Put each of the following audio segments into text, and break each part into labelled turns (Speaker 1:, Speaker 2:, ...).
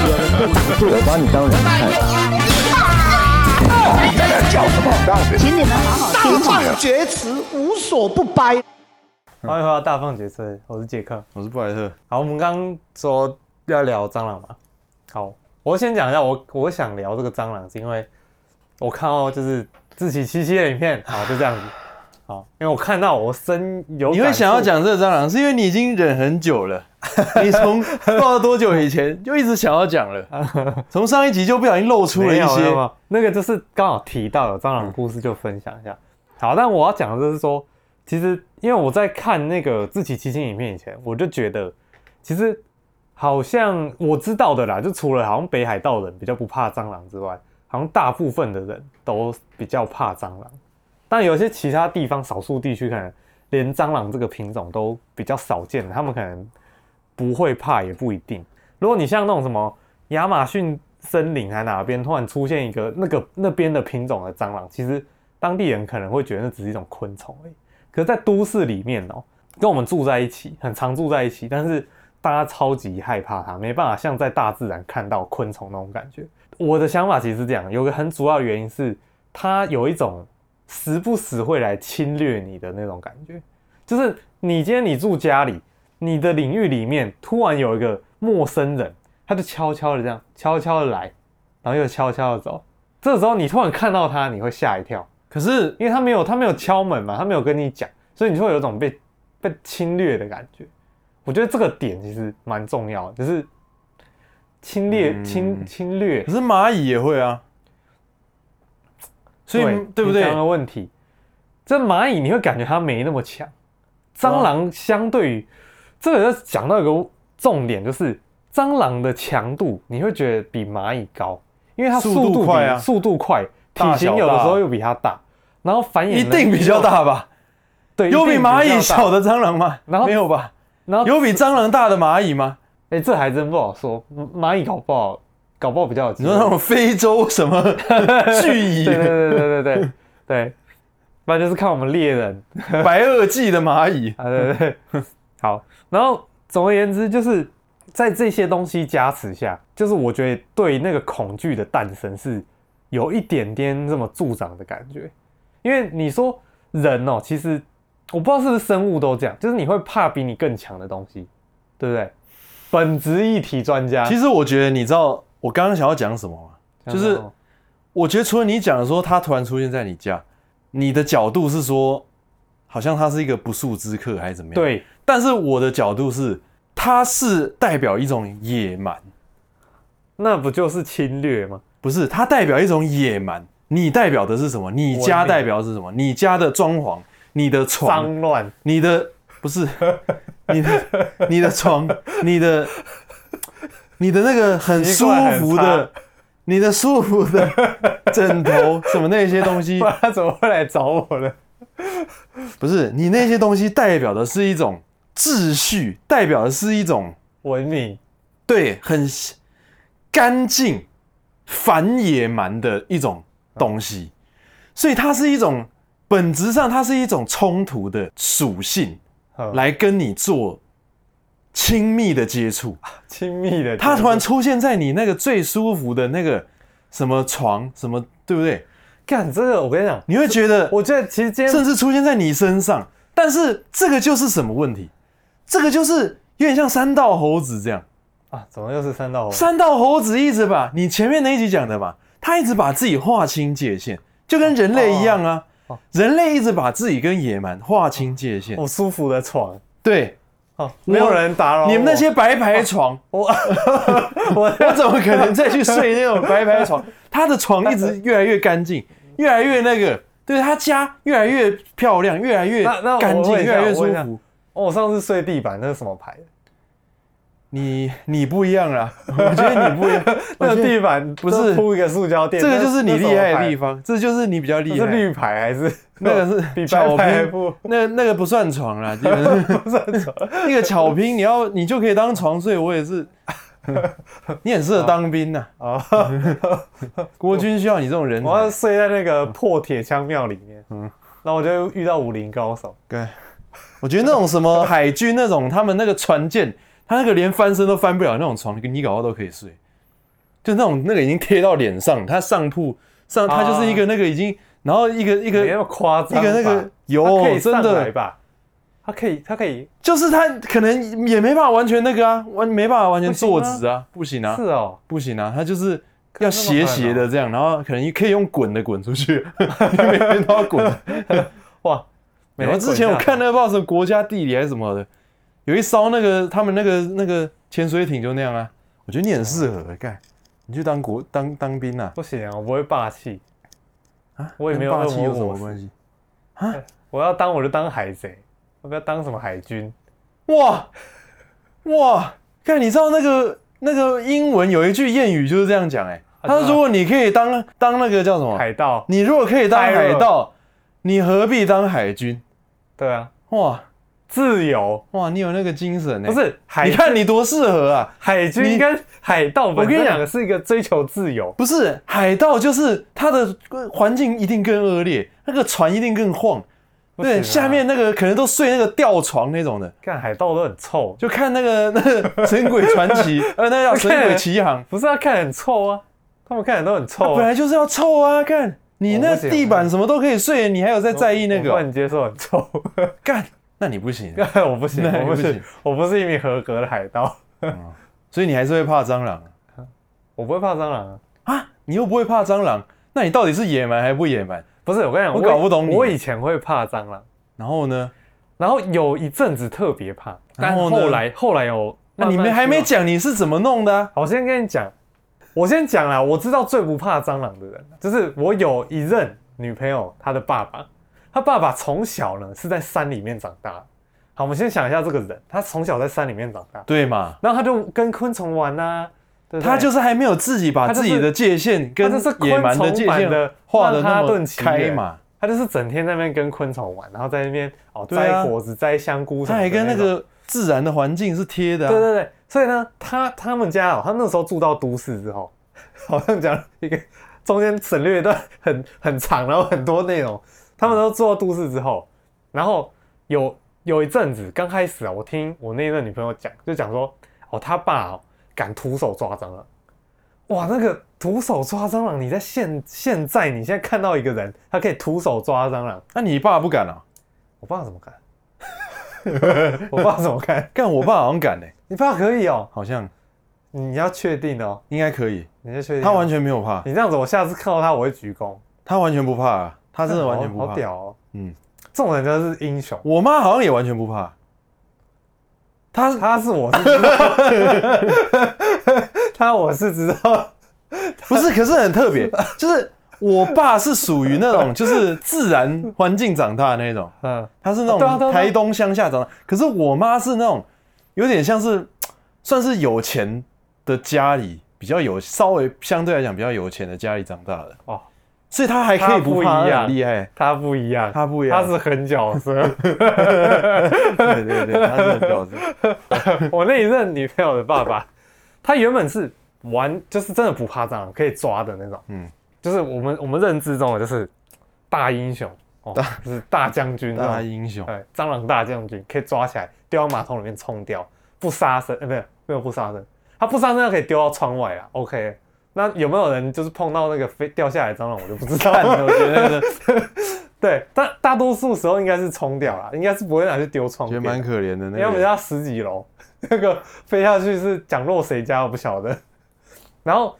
Speaker 1: 我把你当人看。
Speaker 2: 请你们好好听话。
Speaker 3: 厥词无所不掰。
Speaker 4: 欢迎回到大放厥词，我是杰克。
Speaker 1: 我是布莱特，
Speaker 4: 好，我们刚刚说要聊蟑螂嘛。好，我先讲一下我我想聊这个蟑螂，是因为我看到就是自己七七的影片，好就这样子。好，因为我看到我深有
Speaker 1: 你会
Speaker 4: 感
Speaker 1: 想要
Speaker 4: 触
Speaker 1: 讲这个蟑螂，是因为你已经忍很 久了，你从不知道多久以前就一直想要讲了， 从上一集就不小心露出了
Speaker 4: 没
Speaker 1: 一
Speaker 4: 有没有
Speaker 1: 些
Speaker 4: 没。有那个就是刚好提到有蟑螂故事，就分享一下。好，但我要讲的就是说，其实因为我在看那个自己七星影片以前，我就觉得其实好像我知道的啦，就除了好像北海道人比较不怕蟑螂之外，好像大部分的人都比较怕蟑螂。但有些其他地方少数地区可能连蟑螂这个品种都比较少见，他们可能不会怕也不一定。如果你像那种什么亚马逊森林还哪边突然出现一个那个那边的品种的蟑螂，其实当地人可能会觉得那只是一种昆虫而已。可是，在都市里面哦，跟我们住在一起，很常住在一起，但是大家超级害怕它，没办法像在大自然看到昆虫那种感觉。我的想法其实是这样，有个很主要的原因是它有一种时不时会来侵略你的那种感觉，就是你今天你住家里，你的领域里面突然有一个陌生人，他就悄悄的这样悄悄的来，然后又悄悄的走。这时候你突然看到他，你会吓一跳，
Speaker 1: 可是
Speaker 4: 因为他没有他没有敲门嘛，他没有跟你讲，所以你就会有一种被被侵略的感觉。我觉得这个点其实蛮重要的，就是侵略、侵侵略
Speaker 1: 可，是蚂蚁也会啊，所以对不
Speaker 4: 你
Speaker 1: 对？
Speaker 4: 讲的问题，这蚂蚁你会感觉它没那么强，蟑螂相对于这个要讲到一个重点，就是蟑螂的强度你会觉得比蚂蚁高，因为它
Speaker 1: 速
Speaker 4: 速
Speaker 1: 度
Speaker 4: 度比
Speaker 1: 快啊
Speaker 4: 速度快，
Speaker 1: 大
Speaker 4: 体型
Speaker 1: 小
Speaker 4: 有的
Speaker 1: 大
Speaker 4: 时候又比它大，然后繁衍
Speaker 1: 一
Speaker 4: 能
Speaker 1: 定
Speaker 4: 力
Speaker 1: 比较
Speaker 4: 又，
Speaker 1: 大吧？
Speaker 4: 对，
Speaker 1: 有
Speaker 4: 一
Speaker 1: 比
Speaker 4: 定
Speaker 1: 蚂
Speaker 4: 较
Speaker 1: 蚁
Speaker 4: 大
Speaker 1: 小，的蟑螂吗？
Speaker 4: 然后
Speaker 1: 没有吧？
Speaker 4: 然后
Speaker 1: 有比蟑螂大的蚂 蚁吗？
Speaker 4: 哎，这还真不好说，蚂蚁搞不好搞不好比较有机
Speaker 1: 你
Speaker 4: 会，
Speaker 1: 说 那种非洲什么 巨蚁、
Speaker 4: 对对对对对对对，不然就是看我们猎人
Speaker 1: 白垩纪的蚂蚁，
Speaker 4: 啊，对对 对，好。然后总而言之，就是在这些东西加持下，就是我觉得对那个恐惧的诞生是有一点点这么助长的感觉。因为你说人哦，其实我不知道是不是生物都这样，就是你会怕比你更强的东西，对不对？本质议题专家，
Speaker 1: 其实我觉得，你知道我刚刚想要讲什么吗？就是我觉得除了你讲的说它突然出现在你家，你的角度是说，好像它是一个不速之客还是怎么样？。
Speaker 4: 对
Speaker 1: 但是我的角度是，它是代表一种野蛮，
Speaker 4: 那不就是侵略吗？
Speaker 1: 不是它代表一种野蛮。你代表的是什么？你家
Speaker 4: 文明
Speaker 1: 代表的是什么？你家的装潢、你的床、
Speaker 4: 脏乱，
Speaker 1: 你的不是你的你的床，你的你的那个很
Speaker 4: 习
Speaker 1: 舒
Speaker 4: 惯很
Speaker 1: 服
Speaker 4: 差
Speaker 1: 的，你的舒服的枕头什么那些东 西
Speaker 4: 不，然他怎么会来找我呢？
Speaker 1: 不是你那些东西代表的是一种秩序，代表的是一种
Speaker 4: 文明，
Speaker 1: 对很干净、反野蛮的一种东西，所以它是一种本质上它是一种冲突的属性。
Speaker 4: 嗯
Speaker 1: 来跟你做亲密的接触，
Speaker 4: 亲密的，
Speaker 1: 他突然出现在你那个最舒服的那个什么床什么，对不对？
Speaker 4: 干这个，我跟你讲，
Speaker 1: 你会觉得
Speaker 4: 我觉得其实今天
Speaker 1: 甚至出现在你身上，但是这个就是什么问题？这个就是有点像三道猴子这样，
Speaker 4: 啊，怎么又是三道猴？
Speaker 1: 三道猴子一直把你前面那一集讲的嘛，他一直把自己划清界限，就跟人类一样啊
Speaker 4: 哦哦，哦
Speaker 1: 人类一直把自己跟野蛮划清界限，
Speaker 4: 我舒服的床，
Speaker 1: 对，
Speaker 4: 哦，没有人打扰我
Speaker 1: 你们那些白牌床。
Speaker 4: 我， 我
Speaker 1: 我怎么可能再去睡那种白白 床？他的床一直越来越干净，越来越那个，对他家越来越漂亮，越来越
Speaker 4: 那那我
Speaker 1: 干净，
Speaker 4: 问一
Speaker 1: 越
Speaker 4: 下
Speaker 1: 来越舒
Speaker 4: 我问一下
Speaker 1: 服。
Speaker 4: 哦我上次睡地板那是什么牌的？
Speaker 1: 你你不一样啦，我觉得你不一样，我
Speaker 4: 那
Speaker 1: 觉
Speaker 4: 个
Speaker 1: 得
Speaker 4: 地板
Speaker 1: 不是
Speaker 4: 都铺一个塑胶垫，
Speaker 1: 这个就是你厉害的地
Speaker 4: 方。
Speaker 1: 方，这就是你比较厉
Speaker 4: 是
Speaker 1: 害。
Speaker 4: 绿牌还是
Speaker 1: 那个是
Speaker 4: 比白
Speaker 1: 巧
Speaker 4: 牌还
Speaker 1: 拼
Speaker 4: 不，
Speaker 1: 那那个不算床啦，基本上
Speaker 4: 不是很丑？
Speaker 1: 那个巧拼，你要你就可以当床睡，我 也是。你很适合当兵呐、
Speaker 4: 哦，
Speaker 1: 国军需要你这种人才。
Speaker 4: 我要睡在那个破铁枪庙里面，嗯，那我就遇到武林高手，
Speaker 1: 对，我觉得那种什么海军那种，他们那个船舰，他那个连翻身都翻不了那种床，你搞到都可以睡。就那种那个已经贴到脸上，它上铺上它就是一个那个已经，然后一个一
Speaker 4: 啊没那
Speaker 1: 个
Speaker 4: 么夸张吧，
Speaker 1: 一个那个有
Speaker 4: 它可以上
Speaker 1: 真的
Speaker 4: 来吧？他可以，他可以，
Speaker 1: 就是它可能也没办法完全那个啊，完没办法完全坐直啊，不行啊
Speaker 4: 是，哦，
Speaker 1: 不行啊，它就是要斜斜的这样，然后可能可以用滚的滚出去，每天都要滚。
Speaker 4: 哇！
Speaker 1: 然后之前我看
Speaker 4: 到
Speaker 1: 那个不知道什么国家地理还是什么的，有一艘那个他们那个那个潜水艇就那样啊，我觉得你很适合干，你去当国当当兵啊
Speaker 4: 不行啊，我不会霸气，
Speaker 1: 啊，
Speaker 4: 我也没有
Speaker 1: 跟霸气
Speaker 4: 恶魔
Speaker 1: 有什么
Speaker 4: 果实
Speaker 1: 关系？
Speaker 4: 我要当我就当海贼，我不要当什么海军。
Speaker 1: 哇哇，看你知道那个那个英文有一句谚语就是这样讲哎、
Speaker 4: 啊
Speaker 1: 他
Speaker 4: 真
Speaker 1: 说
Speaker 4: 的
Speaker 1: 如果你可以当当那个叫什么
Speaker 4: 海盗，
Speaker 1: 你如果可以当海
Speaker 4: Pirate
Speaker 1: 盗，你何必当海军？
Speaker 4: 对啊，
Speaker 1: 哇
Speaker 4: 自由
Speaker 1: 哇，你有那个精神哎、
Speaker 4: 不是海
Speaker 1: 你看你多适合啊！
Speaker 4: 海
Speaker 1: 你
Speaker 4: 军跟海盗本身，
Speaker 1: 我跟你讲
Speaker 4: 是一个追求自由，
Speaker 1: 不是海盗，就是它的呃环境一定更恶劣，那个船一定更晃。
Speaker 4: 行啊
Speaker 1: 对，下面那个可能都睡那个吊床那种的，
Speaker 4: 看海盗都很臭，
Speaker 1: 就看那个 那个《神鬼传 奇》，呃，那叫《神鬼奇航》，
Speaker 4: 不是啊，看很臭啊，他们看起来都很
Speaker 1: 它
Speaker 4: 臭、啊。
Speaker 1: 本来就是要臭啊！看你
Speaker 4: 我
Speaker 1: 那
Speaker 4: 不行
Speaker 1: 地板什么都可以睡，你还有在在意那
Speaker 4: 我不
Speaker 1: 个
Speaker 4: 能接受很臭，
Speaker 1: 干？那你不行，
Speaker 4: 干我不行，
Speaker 1: 那
Speaker 4: 我
Speaker 1: 你
Speaker 4: 不
Speaker 1: 不
Speaker 4: 是
Speaker 1: 行，
Speaker 4: 我不是一名合格的海盗，
Speaker 1: 所以你还是会怕蟑螂
Speaker 4: 我不会怕蟑螂、啊。
Speaker 1: 啊？你又不会怕蟑螂，那你到底是野蛮还不野蛮？
Speaker 4: 不是，我跟你讲，
Speaker 1: 我
Speaker 4: 以
Speaker 1: 搞不懂你
Speaker 4: 我以前会怕蟑螂，
Speaker 1: 然后呢？
Speaker 4: 然后有一阵子特别怕，但
Speaker 1: 然后呢
Speaker 4: 后来后来有
Speaker 1: 那
Speaker 4: 慢慢
Speaker 1: 你们还
Speaker 4: 去
Speaker 1: 没
Speaker 4: 了
Speaker 1: 讲你是怎么弄的啊？
Speaker 4: 好，我先跟你讲，我先讲啦。我知道最不怕蟑螂的人，就是我有一任女朋友，她的爸爸，她爸爸从小呢是在山里面长大的。好，我们先想一下这个人，他从小在山里面长大，
Speaker 1: 对嘛？
Speaker 4: 然后他就跟昆虫玩呐、对不对
Speaker 1: 他就是还没有自己把
Speaker 4: 他就
Speaker 1: 自
Speaker 4: 是
Speaker 1: 己的界限跟
Speaker 4: 他就是
Speaker 1: 野蛮
Speaker 4: 昆虫
Speaker 1: 的界
Speaker 4: 版
Speaker 1: 限
Speaker 4: 的
Speaker 1: 画的
Speaker 4: 曼
Speaker 1: 那
Speaker 4: 哈
Speaker 1: 么
Speaker 4: 顿奇
Speaker 1: 开
Speaker 4: 缘
Speaker 1: 嘛，
Speaker 4: 他就是整天在那边跟昆虫玩，然后在那边哦
Speaker 1: 对啊
Speaker 4: 摘果子、摘香菇什
Speaker 1: 他
Speaker 4: 么的
Speaker 1: 还跟那
Speaker 4: 种
Speaker 1: 个自然的环境是贴的、啊。
Speaker 4: 对对对，所以呢，他他们家哦，他那时候住到都市之后， 好像讲一个中间省略一段很很长，然后很多内容。他们都住到都市之后，然后有有一阵子刚开始啊，我听我那一任女朋友讲，就讲说，哦，他爸哦敢徒手抓蟑螂，哇，那个徒手抓蟑螂，你在现现在你现在看到一个人，他可以徒手抓蟑螂，
Speaker 1: 那你爸不敢啊？
Speaker 4: 我爸怎么看？ 我爸怎么看？
Speaker 1: 干，我爸好像敢呢、欸
Speaker 4: 你爸可以哦，
Speaker 1: 好像
Speaker 4: 你要确定哦。
Speaker 1: 应该可以。
Speaker 4: 你就确定
Speaker 1: 他完
Speaker 4: 全，
Speaker 1: 全没有怕，
Speaker 4: 你这样子，我下次看到他我会鞠躬。
Speaker 1: 他完全不怕、啊，他
Speaker 4: 他
Speaker 1: 真的完全不
Speaker 4: 好
Speaker 1: 怕。
Speaker 4: 屌哦！
Speaker 1: 嗯，
Speaker 4: 这种人就是英雄。
Speaker 1: 我妈好像也完全不怕。
Speaker 4: 他他是我是知道， 他我是知道，
Speaker 1: 不是，可是很特别，就是我爸是属于那种就是自然环境长大的那种，
Speaker 4: 嗯，
Speaker 1: 他是那
Speaker 4: 对啊对啊
Speaker 1: 种
Speaker 4: 对啊
Speaker 1: 台东乡下长大，可是我妈是那种有点像是算是有钱的家里，比较有稍微相对来讲比较有钱的家里长大的，
Speaker 4: 哦，
Speaker 1: 所以她还可以不
Speaker 4: 她
Speaker 1: 怕，
Speaker 4: 不一样
Speaker 1: 她很厉害。
Speaker 4: 他不一样，
Speaker 1: 他不一样
Speaker 4: 他是狠角色。
Speaker 1: 对对对，她是很屌丝。
Speaker 4: 我那一任女朋友的爸爸，他原本是玩，就是真的不怕蟑螂，可以抓的那种。嗯
Speaker 1: 嗯，
Speaker 4: 就是我们我们认知中的就是大英雄哦，就是大将军那种，
Speaker 1: 大英雄，
Speaker 4: 哎，蟑螂大将军可以抓起来丢到马桶里面冲掉，不杀生，呃，没有没有不杀生，它不杀生它可以丢到窗外啊。OK，那有没有人就是碰到那个飞掉下来的蟑螂，我就不知道
Speaker 1: 看
Speaker 4: 了。
Speaker 1: 我觉得是
Speaker 4: 对，但大多数时候应该是冲掉啦，应该是不会拿去丢窗
Speaker 1: 觉得
Speaker 4: 边。
Speaker 1: 蛮可怜的那
Speaker 4: 哎要不人
Speaker 1: 个人。
Speaker 4: 家十几楼， 那个飞下去是讲落谁家我不晓得。然后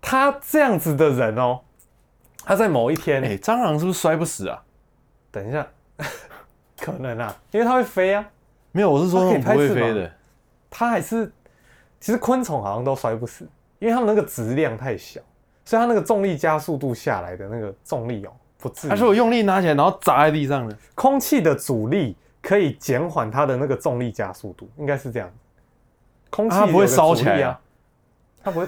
Speaker 4: 他这样子的人哦，他在某一天，
Speaker 1: 哎，蟑螂是不是摔不死啊？
Speaker 4: 等一下， 可能啊，因为它会飞啊。
Speaker 1: 没有，我是说那种不会飞
Speaker 4: 它可以拍翅啊
Speaker 1: 的。
Speaker 4: 它还是其实昆虫好像都摔不死，因为它们那个质量太小，所以它那个重力加速度下来的那个重力哦，不至于。
Speaker 1: 它是我用力拿起来，然后砸在地上的。
Speaker 4: 空气的阻力可以减缓它的那个重力加速度，应该是这样。空气
Speaker 1: 啊它不会
Speaker 4: 有个
Speaker 1: 烧
Speaker 4: 阻
Speaker 1: 起来
Speaker 4: 力啊
Speaker 1: 啊，
Speaker 4: 它不会，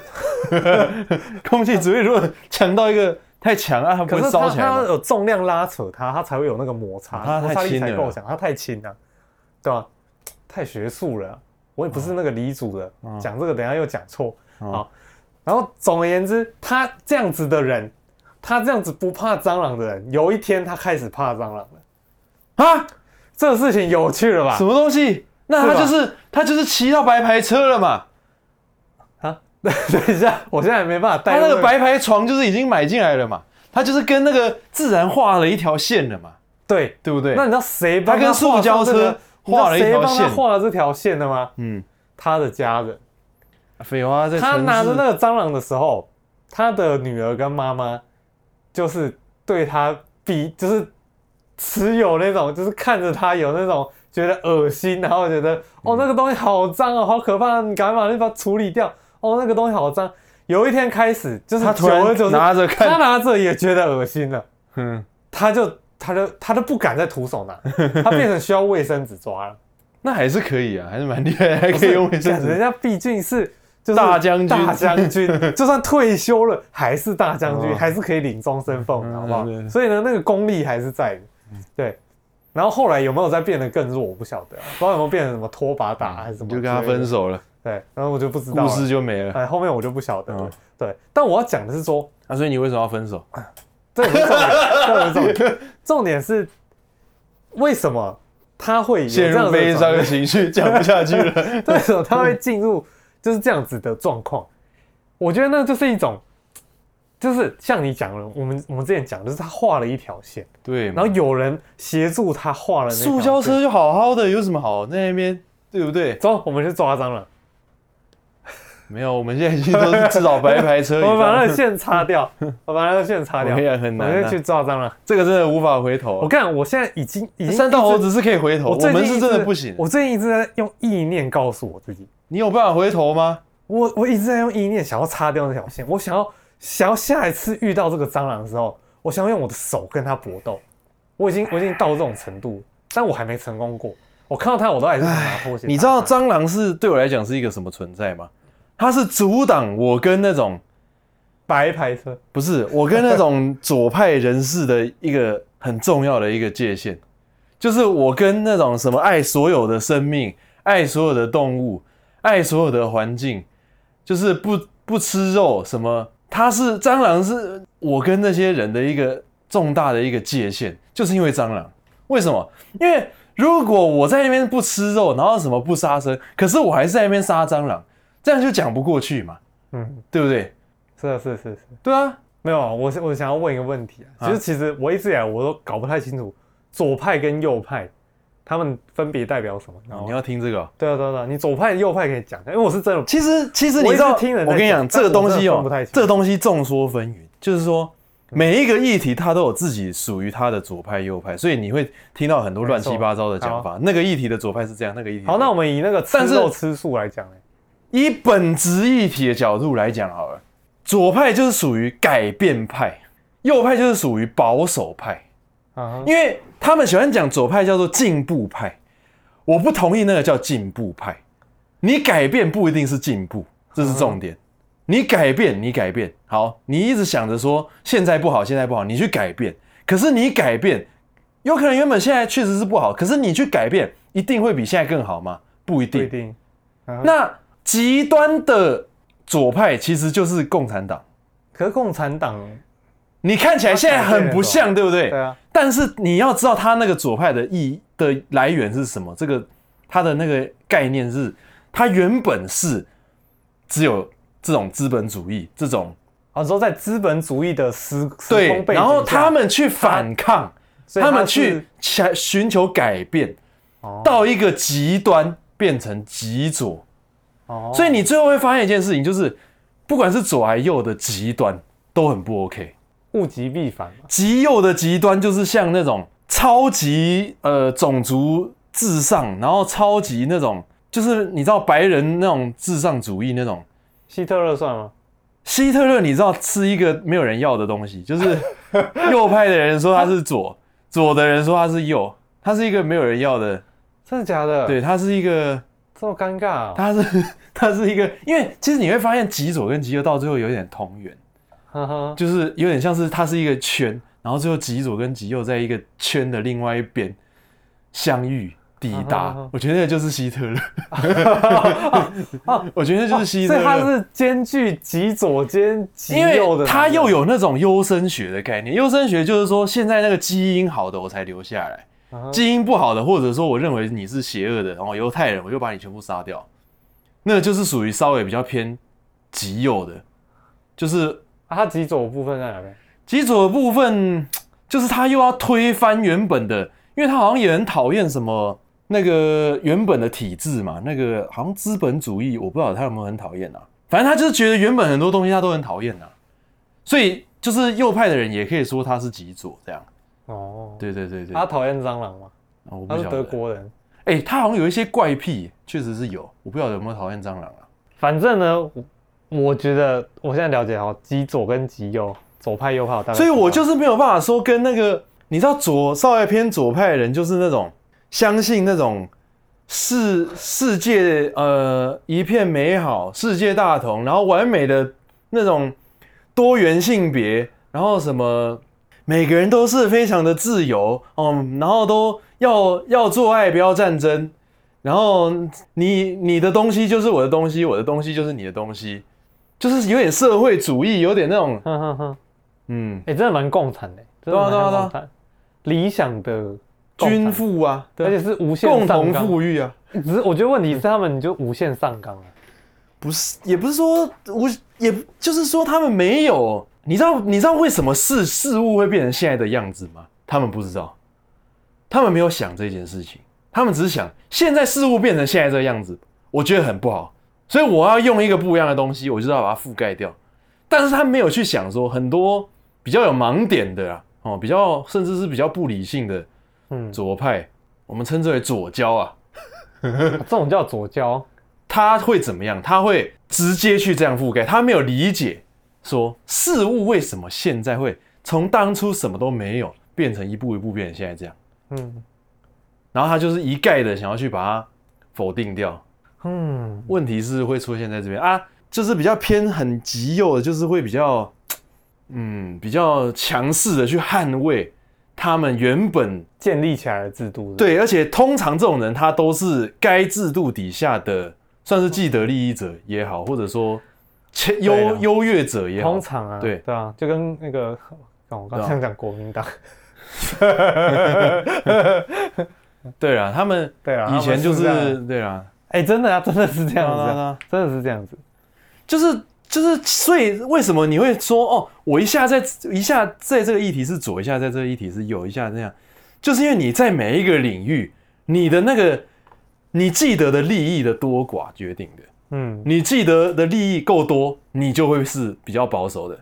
Speaker 1: 空气只会如果强到一个太强啊，它不
Speaker 4: 可
Speaker 1: 会
Speaker 4: 是
Speaker 1: 烧
Speaker 4: 它
Speaker 1: 起来
Speaker 4: 它
Speaker 1: 吗。
Speaker 4: 有重量拉扯它，它才会有那个摩擦，
Speaker 1: 它
Speaker 4: 摩
Speaker 1: 太
Speaker 4: 擦力
Speaker 1: 轻
Speaker 4: 才
Speaker 1: 了
Speaker 4: 够强，它太轻了、对吧、太学术了啊、我也不是那个理主的，
Speaker 1: 哦
Speaker 4: 讲这个等一下又讲错。好，然后总而言之，他这样子的人，他这样子不怕蟑螂的人，有一天他开始怕蟑螂了。
Speaker 1: 啊，
Speaker 4: 这个事情有趣了吧
Speaker 1: 什？么东西？
Speaker 4: 啊
Speaker 1: 那
Speaker 4: 是吧
Speaker 1: 他就是他就是骑到白牌车了嘛？
Speaker 4: 啊，等一下，我现在也没办法带
Speaker 1: 他
Speaker 4: 入
Speaker 1: 那个
Speaker 4: 个
Speaker 1: 白牌床就是已经买进来了嘛，他就是跟那个自然画了一条线了嘛，
Speaker 4: 对
Speaker 1: 对不对？
Speaker 4: 那你知道谁帮
Speaker 1: 他跟
Speaker 4: 画
Speaker 1: 塑胶
Speaker 4: 上这个
Speaker 1: 车画了一条
Speaker 4: 你知道谁帮
Speaker 1: 线
Speaker 4: 他画了这条线的吗？
Speaker 1: 嗯，
Speaker 4: 他的家人，
Speaker 1: 废话，在
Speaker 4: 他
Speaker 1: 城市
Speaker 4: 拿着那个蟑螂的时候，他的女儿跟妈妈就是对他比，就是持有那种，就是看着他有那种觉得恶心，然后觉得哦
Speaker 1: 嗯
Speaker 4: 那个东西好脏哦，好可怕，你赶快把那把它处理掉。哦那个东西好脏。有一天开始，就是
Speaker 1: 他突然
Speaker 4: 久而久之
Speaker 1: 拿着看
Speaker 4: 啊他拿着也觉得恶心了。
Speaker 1: 嗯，
Speaker 4: 他就他就他都不敢再徒 手拿，他变成需要卫生纸抓了。
Speaker 1: 那还是可以啊，还是蛮厉害，还可以 用卫生
Speaker 4: 干人
Speaker 1: 纸。
Speaker 4: 家毕竟是就是
Speaker 1: 大将军
Speaker 4: 大将 军就算退休了还是大将军，
Speaker 1: 哦
Speaker 4: 还是可以领终身俸的，
Speaker 1: 嗯
Speaker 4: 好不好
Speaker 1: 对？对
Speaker 4: 所以呢，那个功力还是在的，对。然后后来有没有再变得更弱，我不晓得啊，不知道有没有变成什么拖把打还是啊什么
Speaker 1: 嗯你
Speaker 4: 之类
Speaker 1: 就跟
Speaker 4: 的，
Speaker 1: 他分手了，
Speaker 4: 对，然后我就不知道
Speaker 1: 故事
Speaker 4: 了，
Speaker 1: 就没了。
Speaker 4: 哎，后面我就不晓得了
Speaker 1: 嗯，
Speaker 4: 对。但我要讲的是说，
Speaker 1: 啊，所以你为什么要分手？
Speaker 4: 这不是 重点，这不是重点，重点是为什么他会有这
Speaker 1: 陷
Speaker 4: 样
Speaker 1: 入
Speaker 4: 子的
Speaker 1: 悲伤
Speaker 4: 转
Speaker 1: 的
Speaker 4: 变？
Speaker 1: 情绪，讲不下去 了。
Speaker 4: 为 什么他会进入就是这样子的状况？我觉得那就是一种，就是像你讲了，我们我们之前讲，就是他画了一条线，
Speaker 1: 对嘛，
Speaker 4: 然后有人协助他画了那条线
Speaker 1: 塑胶。车就好好的，有什么好在那边，对不对？
Speaker 4: 走，我们去抓蟑螂，
Speaker 1: 没有，我们现在已经都是至少 白牌车以
Speaker 4: 我
Speaker 1: 上。
Speaker 4: 们把那个线擦掉，我把那个线擦掉，
Speaker 1: 我也很难啊
Speaker 4: 我们就去抓蟑螂。
Speaker 1: 这个真的无法回头
Speaker 4: 我
Speaker 1: 啊。
Speaker 4: 看我现在已经已经
Speaker 1: 三道
Speaker 4: 一直
Speaker 1: 猴子是可以回头，我
Speaker 4: 最近
Speaker 1: 们
Speaker 4: 一直
Speaker 1: 是真的不行。
Speaker 4: 我最近一直在用意念告诉我自己，
Speaker 1: 你有办法回头吗？
Speaker 4: 我我一直在用意念想要擦掉那条线，我想要想要下一次遇到这个蟑螂的时候，我想要用我的手跟它搏斗。我已经我已经到这种程度，但我还没成功过。我看到它，我都还是想拿拖鞋。啊
Speaker 1: 你知道？蟑螂是对我来讲是一个什么存在吗？它是阻挡我跟那种
Speaker 4: 白牌车，
Speaker 1: 不是我跟那种左派人士的一个很重要的一个界限，就是我跟那种什么爱所有的生命、爱所有的动物、爱所有的环境，就是不不吃肉什么，它是蟑螂是我跟那些人的一个重大的一个界限，就是因为蟑螂。为什么？因为如果我在那边不吃肉，然后什么不杀生，可是我还是在那边杀蟑螂，这样就讲不过去嘛，
Speaker 4: 嗯，
Speaker 1: 对不对？
Speaker 4: 是啊是是是，
Speaker 1: 对啊，
Speaker 4: 没有啊，我是我想要问一个问题啊，
Speaker 1: 啊
Speaker 4: 就是其实我一直以来我都搞不太清楚左派跟右派他们分别代表什么。然后
Speaker 1: 你要听这个哦、
Speaker 4: 对啊对啊对啊，你左派右派可以讲一下，因为我是真的
Speaker 1: 其实其实你知道，
Speaker 4: 我一直听人在
Speaker 1: 我跟你
Speaker 4: 讲
Speaker 1: 讲，这个东
Speaker 4: 但
Speaker 1: 西
Speaker 4: 我真的
Speaker 1: 哦
Speaker 4: 分不太，清嗯
Speaker 1: 这个东西众说纷纭，就是说每一个议题它都有自己属于它的左派右派，所以你会听到很多乱七八糟的讲法。那个议题的左派是这样，那个议题
Speaker 4: 好，那我们以那个吃
Speaker 1: 但是
Speaker 4: 肉吃素来讲、欸，
Speaker 1: 以本质议题的角度来讲好了，左派就是属于改变派，右派就是属于保守派，
Speaker 4: 啊
Speaker 1: 因为他们喜欢讲左派叫做进步派，我不同意那个叫进步派。你改变不一定是进步，这是重点。你改变，你改变，好，你一直想着说现在不好，现在不好，你去改变。可是你改变，有可能原本现在确实是不好，可是你去改变，一定会比现在更好吗？不一
Speaker 4: 不一
Speaker 1: 定。
Speaker 4: 定。
Speaker 1: 那极端的左派其实就是共产党。
Speaker 4: 可是共产党，
Speaker 1: 你看起来现在很不像，对不对？
Speaker 4: 对啊。
Speaker 1: 但是你要知道他那个左派的意的来源是什么，这个他的那个概念是，他原本是只有这种资本主义这种
Speaker 4: 啊，说在资本主义的时时
Speaker 1: 对
Speaker 4: 空，背景下
Speaker 1: 然后他，们去反抗，
Speaker 4: 所以
Speaker 1: 他们
Speaker 4: 是
Speaker 1: 去想寻求改变
Speaker 4: 哦，
Speaker 1: 到一个极端变成极左，
Speaker 4: 哦，
Speaker 1: 所以你最后会发现一件事情，就是不管是左还右的极端都很不 OK。
Speaker 4: 物极必反嘛。
Speaker 1: 极右的极端就是像那种超级呃种族至上，然后超级那种就是你知道白人那种至上主义那种。
Speaker 4: 希特勒算吗？
Speaker 1: 希特勒你知道是一个没有人要的东西，就是 右派的人说他是左，左的人说他是右，他是一个没有人要的，
Speaker 4: 真的假的？，
Speaker 1: 对他是一个
Speaker 4: 这么尴尬啊、
Speaker 1: 他是 他是一个，因为其实你会发现极左跟极右到最后有点同源。
Speaker 4: 哈哈，
Speaker 1: 就是有点像是它是一个圈，然后最后极左跟极右在一个圈的另外一边相遇抵达。
Speaker 4: 啊哈
Speaker 1: 我觉得那就是希特勒，我觉得那就是希特
Speaker 4: 所以
Speaker 1: 勒，
Speaker 4: 他是兼具极左兼极
Speaker 1: 因
Speaker 4: 右的，
Speaker 1: 为他又有那种优生学的概念。优生学就是说，现在那个基因好的我才留下来，
Speaker 4: 啊哈
Speaker 1: 基因不好的，或者说我认为你是邪恶的，然后犹太人，我就把你全部杀掉。那个就是属于稍微比较偏极右的，就是
Speaker 4: 啊，它极左的部分在哪边？
Speaker 1: 极左的部分，就是他又要推翻原本的，因为他好像也很讨厌什么那个原本的体制嘛，那个好像资本主义，我不知道他有没有很讨厌啊。反正他就是觉得原本很多东西他都很讨厌啊，所以就是右派的人也可以说他是极左这样。
Speaker 4: 哦，
Speaker 1: 对对对对，
Speaker 4: 他讨厌蟑螂吗？
Speaker 1: 啊我
Speaker 4: 他是
Speaker 1: 不晓
Speaker 4: 德
Speaker 1: 得。
Speaker 4: 国人。
Speaker 1: 哎、他好像有一些怪癖，确实是有，我不晓得有没有讨厌蟑螂啊。
Speaker 4: 反正呢，我我觉得我现在了解哦，极左跟极右，左派右派我大概知
Speaker 1: 所
Speaker 4: 道，
Speaker 1: 以我就是没有办法说跟那个，你知道左稍微偏左派的人，就是那种相信那种世世界呃一片美好、世界大同，然后完美的那种多元性别，然后什么每个人都是非常的自由，嗯，然后都要要做爱，不要战争。然后你你的东西就是我的东西，我的东西就是你的东西，就是有点社会主义，有点那种
Speaker 4: 哼哼哼，
Speaker 1: 嗯
Speaker 4: 哎、真的蛮共产的，真的
Speaker 1: 对啊对啊
Speaker 4: 蛮
Speaker 1: 对啊
Speaker 4: 共产，理想的共
Speaker 1: 均
Speaker 4: 产，
Speaker 1: 富啊，对啊
Speaker 4: 而且是无限
Speaker 1: 共
Speaker 4: 上
Speaker 1: 同
Speaker 4: 纲
Speaker 1: 富裕啊，
Speaker 4: 只是我觉得问题是他们就无限上纲了，
Speaker 1: 不是也不是说我也就是说他们没有，你知道你知道为什么事事物会变成现在的样子吗？他们不知道，他们没有想这件事情，他们只是想现在事物变成现在这个样子，我觉得很不好，所以我要用一个不一样的东西，我就是要把它覆盖掉。但是他没有去想说很多比较有盲点的啊，哦，比较甚至是比较不理性的
Speaker 4: 嗯，
Speaker 1: 左派，我们称之为左交啊。
Speaker 4: 这种叫左交，
Speaker 1: 他会怎么样？他会直接去这样覆盖，他没有理解说事物为什么现在会从当初什么都没有变成一步一步变成现在这样，
Speaker 4: 嗯
Speaker 1: 然后他就是一概的想要去把它否定掉。
Speaker 4: 嗯，
Speaker 1: 问题是会出现在这边啊，就是比较偏很极右的，就是会比较，嗯，比较强势的去捍卫他们原本
Speaker 4: 建立起来的制度，，
Speaker 1: 对，而且通常这种人他都是该制度底下的，算是既得利益者也好，或者说前
Speaker 4: 对
Speaker 1: 优
Speaker 4: 啊
Speaker 1: 优越者也好
Speaker 4: 通，常啊，
Speaker 1: 对
Speaker 4: 对啊，就跟那个哦我刚
Speaker 1: 对
Speaker 4: 才
Speaker 1: 啊
Speaker 4: 讲国民党，
Speaker 1: 对啊，他们
Speaker 4: 对啊
Speaker 1: 以前就
Speaker 4: 他们是这
Speaker 1: 是
Speaker 4: 样
Speaker 1: 对啊，
Speaker 4: 哎、真的啊，真的是这样子、
Speaker 1: 对啊对
Speaker 4: 啊
Speaker 1: 啊，
Speaker 4: 真的是这样子，
Speaker 1: 就是就是，所以为什么你会说哦，我一下在一下在这个议题是左，一下在这个议题是右，一下这样，就是因为你在每一个领域，你的那个你记得的利益的多寡决定的。
Speaker 4: 嗯，
Speaker 1: 你记得的利益够多，你就会是比较保守的；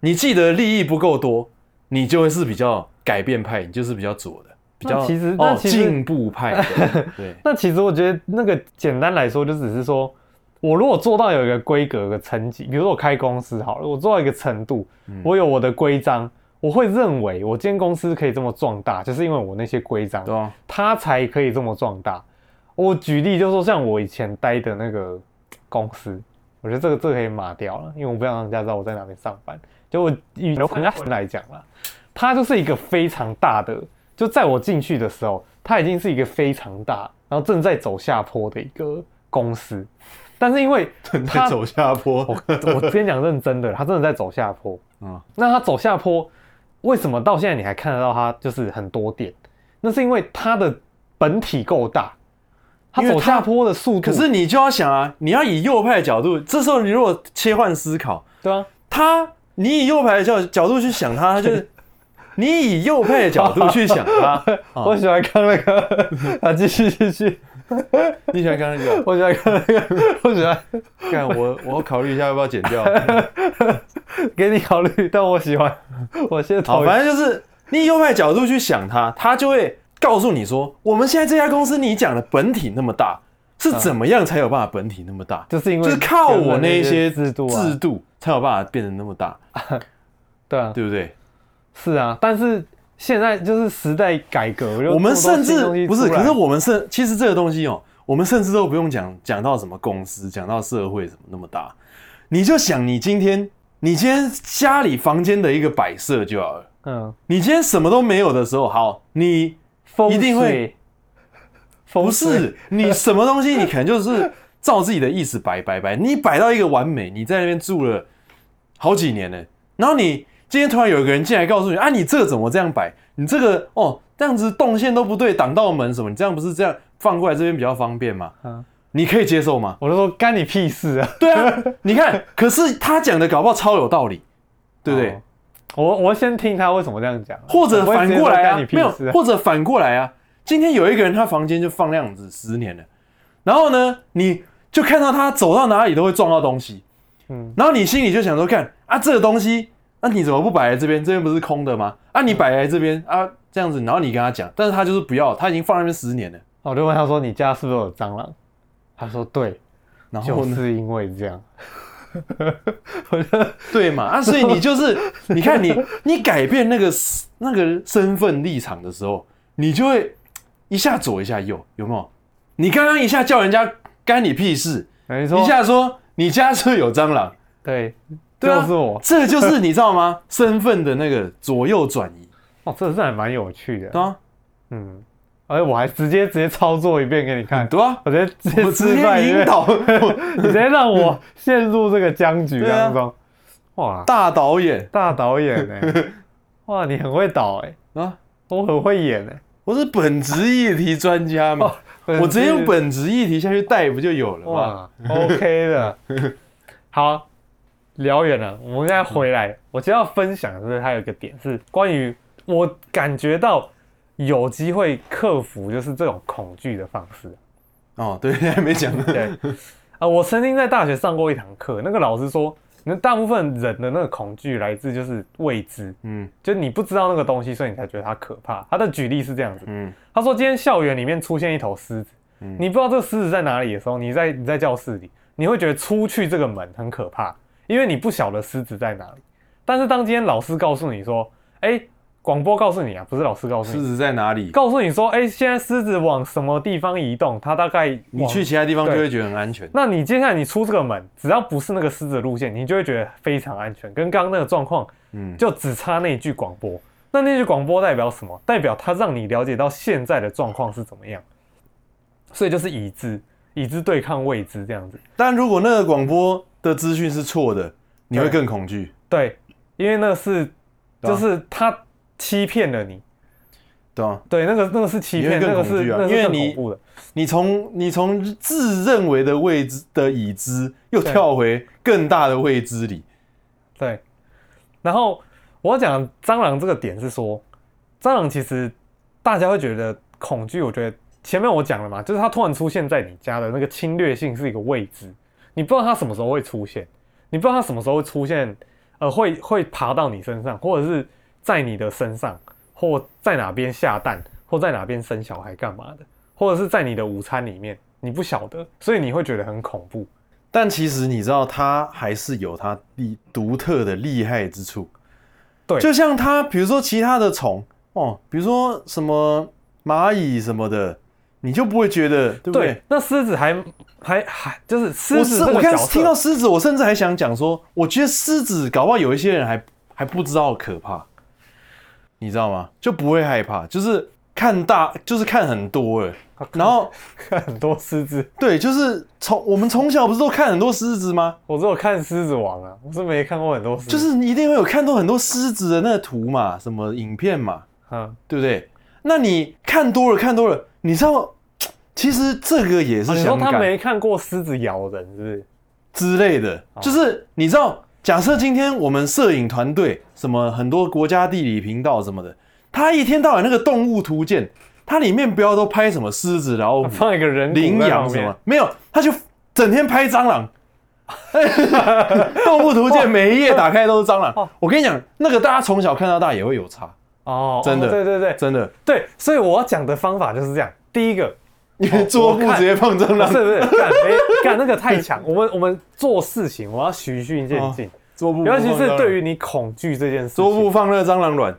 Speaker 1: 你记得利益不够多，你就会是比较改变派，你就是比较左的，比较
Speaker 4: 那其实那
Speaker 1: 哦
Speaker 4: 其实
Speaker 1: 进步派 的。对，
Speaker 4: 那其实我觉得那个简单来说，就只是说我如果做到有一个规格、有个层级，比如说我开公司好了，我做到一个程度，
Speaker 1: 嗯
Speaker 4: 我有我的规章，我会认为我今天公司可以这么壮大，就是因为我那些规章，
Speaker 1: 对 啊，
Speaker 4: 它才可以这么壮大。我举例就说，像我以前待的那个公司，我觉得这个这个可以码掉了，因为我不想让人家知道我在哪边上班。就我以流程来讲啦，它就是一个非常大的，就在我进去的时候，它已经是一个非常大，然后正在走下坡的一个公司。但是因为它
Speaker 1: 在走下坡
Speaker 4: 我。我 之前讲认真的，他真的在走下坡。
Speaker 1: 嗯
Speaker 4: 那他走下坡，为什么到现在你还看得到他就是很多点？那是因为他的本体够大，他
Speaker 1: 因为
Speaker 4: 走
Speaker 1: 它
Speaker 4: 下坡的速度。
Speaker 1: 可是你就要想啊，你要以右派的角度，这时候你如果切换思考，
Speaker 4: 对啊，
Speaker 1: 他你以右派的角角度去想 他，他就是。你以右派的角度去想他，哦
Speaker 4: 我喜欢看那个啊，继续继续，
Speaker 1: 你喜欢刚刚那个？
Speaker 4: 我喜欢看那个，我喜欢
Speaker 1: 看我，我考虑一下要不要剪掉。
Speaker 4: 给你考虑，但我喜欢， 我先
Speaker 1: 好，
Speaker 4: 讨厌。
Speaker 1: 反正就是你以右派角度去想它，它就会告诉你说，我们现在这家公司你讲的本体那么大，是怎么样才有办法本体那么大？
Speaker 4: 就是因为
Speaker 1: 就是靠我那
Speaker 4: 一
Speaker 1: 一些
Speaker 4: 制度啊，
Speaker 1: 制度才有办法变得那么大，
Speaker 4: 对啊，
Speaker 1: 对不对？
Speaker 4: 是啊，但是现在就是时代改革，就
Speaker 1: 我们
Speaker 4: 这么多
Speaker 1: 甚
Speaker 4: 新东
Speaker 1: 至
Speaker 4: 西
Speaker 1: 不是，
Speaker 4: 出来
Speaker 1: 可是我们甚其实这个东西哦，我们甚至都不用讲讲到什么公司，讲到社会什么那么大，你就想你今天你今天家里房间的一个摆设就好了。
Speaker 4: 嗯，
Speaker 1: 你今天什么都没有的时候，好，你
Speaker 4: 风
Speaker 1: 一定会
Speaker 4: 水，
Speaker 1: 不
Speaker 4: 不
Speaker 1: 是你什么东西，你可能就是照自己的意思摆摆摆，你摆到一个完美，你在那边住了好几年了，然后你今天突然有一个人进来告诉你啊，你这个怎么这样摆？你这个哦，这样子动线都不对，挡到门什么？你这样不是这样放过来这边比较方便吗？
Speaker 4: 嗯
Speaker 1: 你可以接受吗？
Speaker 4: 我就说干你屁事啊！
Speaker 1: 对啊，你看，可是他讲的搞不好超有道理，对不对？
Speaker 4: 哦我我先听他为什么这样讲，
Speaker 1: 或者
Speaker 4: 我不会
Speaker 1: 反
Speaker 4: 直接
Speaker 1: 过来
Speaker 4: 说
Speaker 1: 啊
Speaker 4: 干你，屁
Speaker 1: 没有
Speaker 4: 事啊，
Speaker 1: 或者反过来啊，今天有一个人他房间就放那样子十年了，然后呢，你就看到他走到哪里都会撞到东西，
Speaker 4: 嗯
Speaker 1: 然后你心里就想说，看啊，这个东西，那、你怎么不摆在这边？这边不是空的吗？啊，你摆在这边啊，这样子，然后你跟他讲，但是他就是不要，他已经放在那边十年了，
Speaker 4: 哦我就问他说：“你家是不是有蟑螂？”他说：“对，
Speaker 1: 然后
Speaker 4: 就
Speaker 1: 呢？
Speaker 4: 是因为这样。”我觉得
Speaker 1: 对嘛啊，所以你就是你看你你改变那个 s- 那个身份立场的时候，你就会一下左一下右，有没有？你刚刚一下叫人家干你屁事，
Speaker 4: 没错，
Speaker 1: 一下说你家是不是有蟑螂，
Speaker 4: 对，
Speaker 1: 对啊
Speaker 4: 就是我。
Speaker 1: 这就是你知道吗？身份的那个左右转移，
Speaker 4: 哦，这是还蛮有趣的。
Speaker 1: 对啊，
Speaker 4: 嗯，而且我还直接直接操作一遍给你看，
Speaker 1: 对啊，
Speaker 4: 我直接直接
Speaker 1: 我直
Speaker 4: 示范
Speaker 1: 接
Speaker 4: 一
Speaker 1: 引
Speaker 4: 遍，
Speaker 1: 导
Speaker 4: 你直接让我陷入这个僵局
Speaker 1: 对啊
Speaker 4: 当中。哇，
Speaker 1: 大导演
Speaker 4: 大导演呢、 哇，你很会导哎、
Speaker 1: 啊，
Speaker 4: 我很会演哎、
Speaker 1: 我是本职议题专家嘛，我直接用哦本职议题下去带不就有了吗？
Speaker 4: 哇，OK 的。好，聊远了，我们现在回来，我今天要分享的是，还有一个点是关于我感觉到有机会克服就是这种恐惧的方式。
Speaker 1: 哦，对，还没讲，
Speaker 4: 对，啊、我曾经在大学上过一堂课，那个老师说，那大部分人的那个恐惧来自就是未知，
Speaker 1: 嗯
Speaker 4: 就你不知道那个东西，所以你才觉得它可怕。他的举例是这样子，
Speaker 1: 嗯
Speaker 4: 他说今天校园里面出现一头狮子，
Speaker 1: 嗯
Speaker 4: 你不知道这个狮子在哪里的时候，你在你在教室里，你会觉得出去这个门很可怕，因为你不晓得狮子在哪里。但是当今天老师告诉你说，哎，广播告诉你啊，不是老师告诉
Speaker 1: 狮
Speaker 4: 你，
Speaker 1: 子在哪里？
Speaker 4: 告诉你说，哎，现在狮子往什么地方移动，它大概
Speaker 1: 你
Speaker 4: 往
Speaker 1: 去其他地方就
Speaker 4: 对
Speaker 1: 会觉得很安全。
Speaker 4: 那你接下来你出这个门，只要不是那个狮子的路线，你就会觉得非常安全，跟刚刚那个状况
Speaker 1: 嗯，
Speaker 4: 就只差那一句广播。那那句广播代表什么？代表它让你了解到现在的状况是怎么样，所以就是已知，已知对抗未知这样子。
Speaker 1: 但如果那个广播的资讯是错的，你会更恐惧。
Speaker 4: 对，因为那是
Speaker 1: 对啊
Speaker 4: 就是他欺骗了你，
Speaker 1: 对啊，
Speaker 4: 对，那个那个是欺骗，
Speaker 1: 你会
Speaker 4: 那
Speaker 1: 更
Speaker 4: 个
Speaker 1: 恐
Speaker 4: 是
Speaker 1: 惧啊
Speaker 4: 那个
Speaker 1: 因为
Speaker 4: 是更
Speaker 1: 你
Speaker 4: 恐怖的。
Speaker 1: 你从你从自认为的未知的已知，又
Speaker 4: 对
Speaker 1: 跳回更大的未知里。
Speaker 4: 对，然后我讲蟑螂这个点是说，蟑螂其实大家会觉得恐惧，我觉得前面我讲了嘛，就是它突然出现在你家的那个侵略性是一个未知，你不知道它什么时候会出现，你不知道它什么时候会出现，呃，会会爬到你身上，或者是在你的身上，或在哪边下蛋，或在哪边生小孩干嘛的，或者是在你的午餐里面，你不晓得，所以你会觉得很恐怖。
Speaker 1: 但其实你知道，它还是有它厉独特的厉害之处。
Speaker 4: 对
Speaker 1: 就像它，比如说其他的虫哦，比如说什么蚂蚁什么的，你就不会觉得，对不对？
Speaker 4: 对，那狮子还还还就是狮
Speaker 1: 我
Speaker 4: 子
Speaker 1: 是
Speaker 4: 这
Speaker 1: 我
Speaker 4: 个
Speaker 1: 刚
Speaker 4: 角
Speaker 1: 听到
Speaker 4: 色，
Speaker 1: 狮子，我甚至还想讲说，我觉得狮子搞不好有一些人还还不知道可怕，你知道吗？就不会害怕，就是看大，就是看很多了。然后
Speaker 4: 看 很多狮子，
Speaker 1: 对，就是从我们从小不是都看很多狮子吗？
Speaker 4: 我只有看《狮子王》啊，我是没看过很多狮子，
Speaker 1: 就是你一定会有看到很多狮子的那个图嘛，什么影片嘛，
Speaker 4: 嗯，
Speaker 1: 对不对？那你看多了看多了，你知道，其实这个也
Speaker 4: 哦
Speaker 1: 是
Speaker 4: 你说
Speaker 1: 想
Speaker 4: 他
Speaker 1: 感
Speaker 4: 没看过狮子咬人是不是？
Speaker 1: 之类的，
Speaker 4: 哦
Speaker 1: 就是你知道，假设今天我们摄影团队什么很多国家地理频道什么的，他一天到晚那个动物图鉴，它里面不要都拍什么狮 子、老虎、
Speaker 4: 放一个人骨在
Speaker 1: 羚羊啊
Speaker 4: 旁
Speaker 1: 什
Speaker 4: 边
Speaker 1: 么，，没有，他就整天拍蟑螂。 动物图鉴每一页打开都是蟑螂
Speaker 4: 哦，
Speaker 1: 我跟你讲，那个大家从小看到大也会有差，
Speaker 4: 哦，
Speaker 1: 真的
Speaker 4: 哦对对对
Speaker 1: 真的。
Speaker 4: 对，所以我要讲的方法就是这样，第一个
Speaker 1: 因为桌布直接放蟑
Speaker 4: 哦不是
Speaker 1: 螂，
Speaker 4: 不是干没干那个太强，我们我们做事情我要循序渐进，
Speaker 1: 桌布不
Speaker 4: 尤其
Speaker 1: 放蟑
Speaker 4: 是
Speaker 1: 螂
Speaker 4: 对于你恐惧这件事情，
Speaker 1: 桌布放那个蟑螂卵，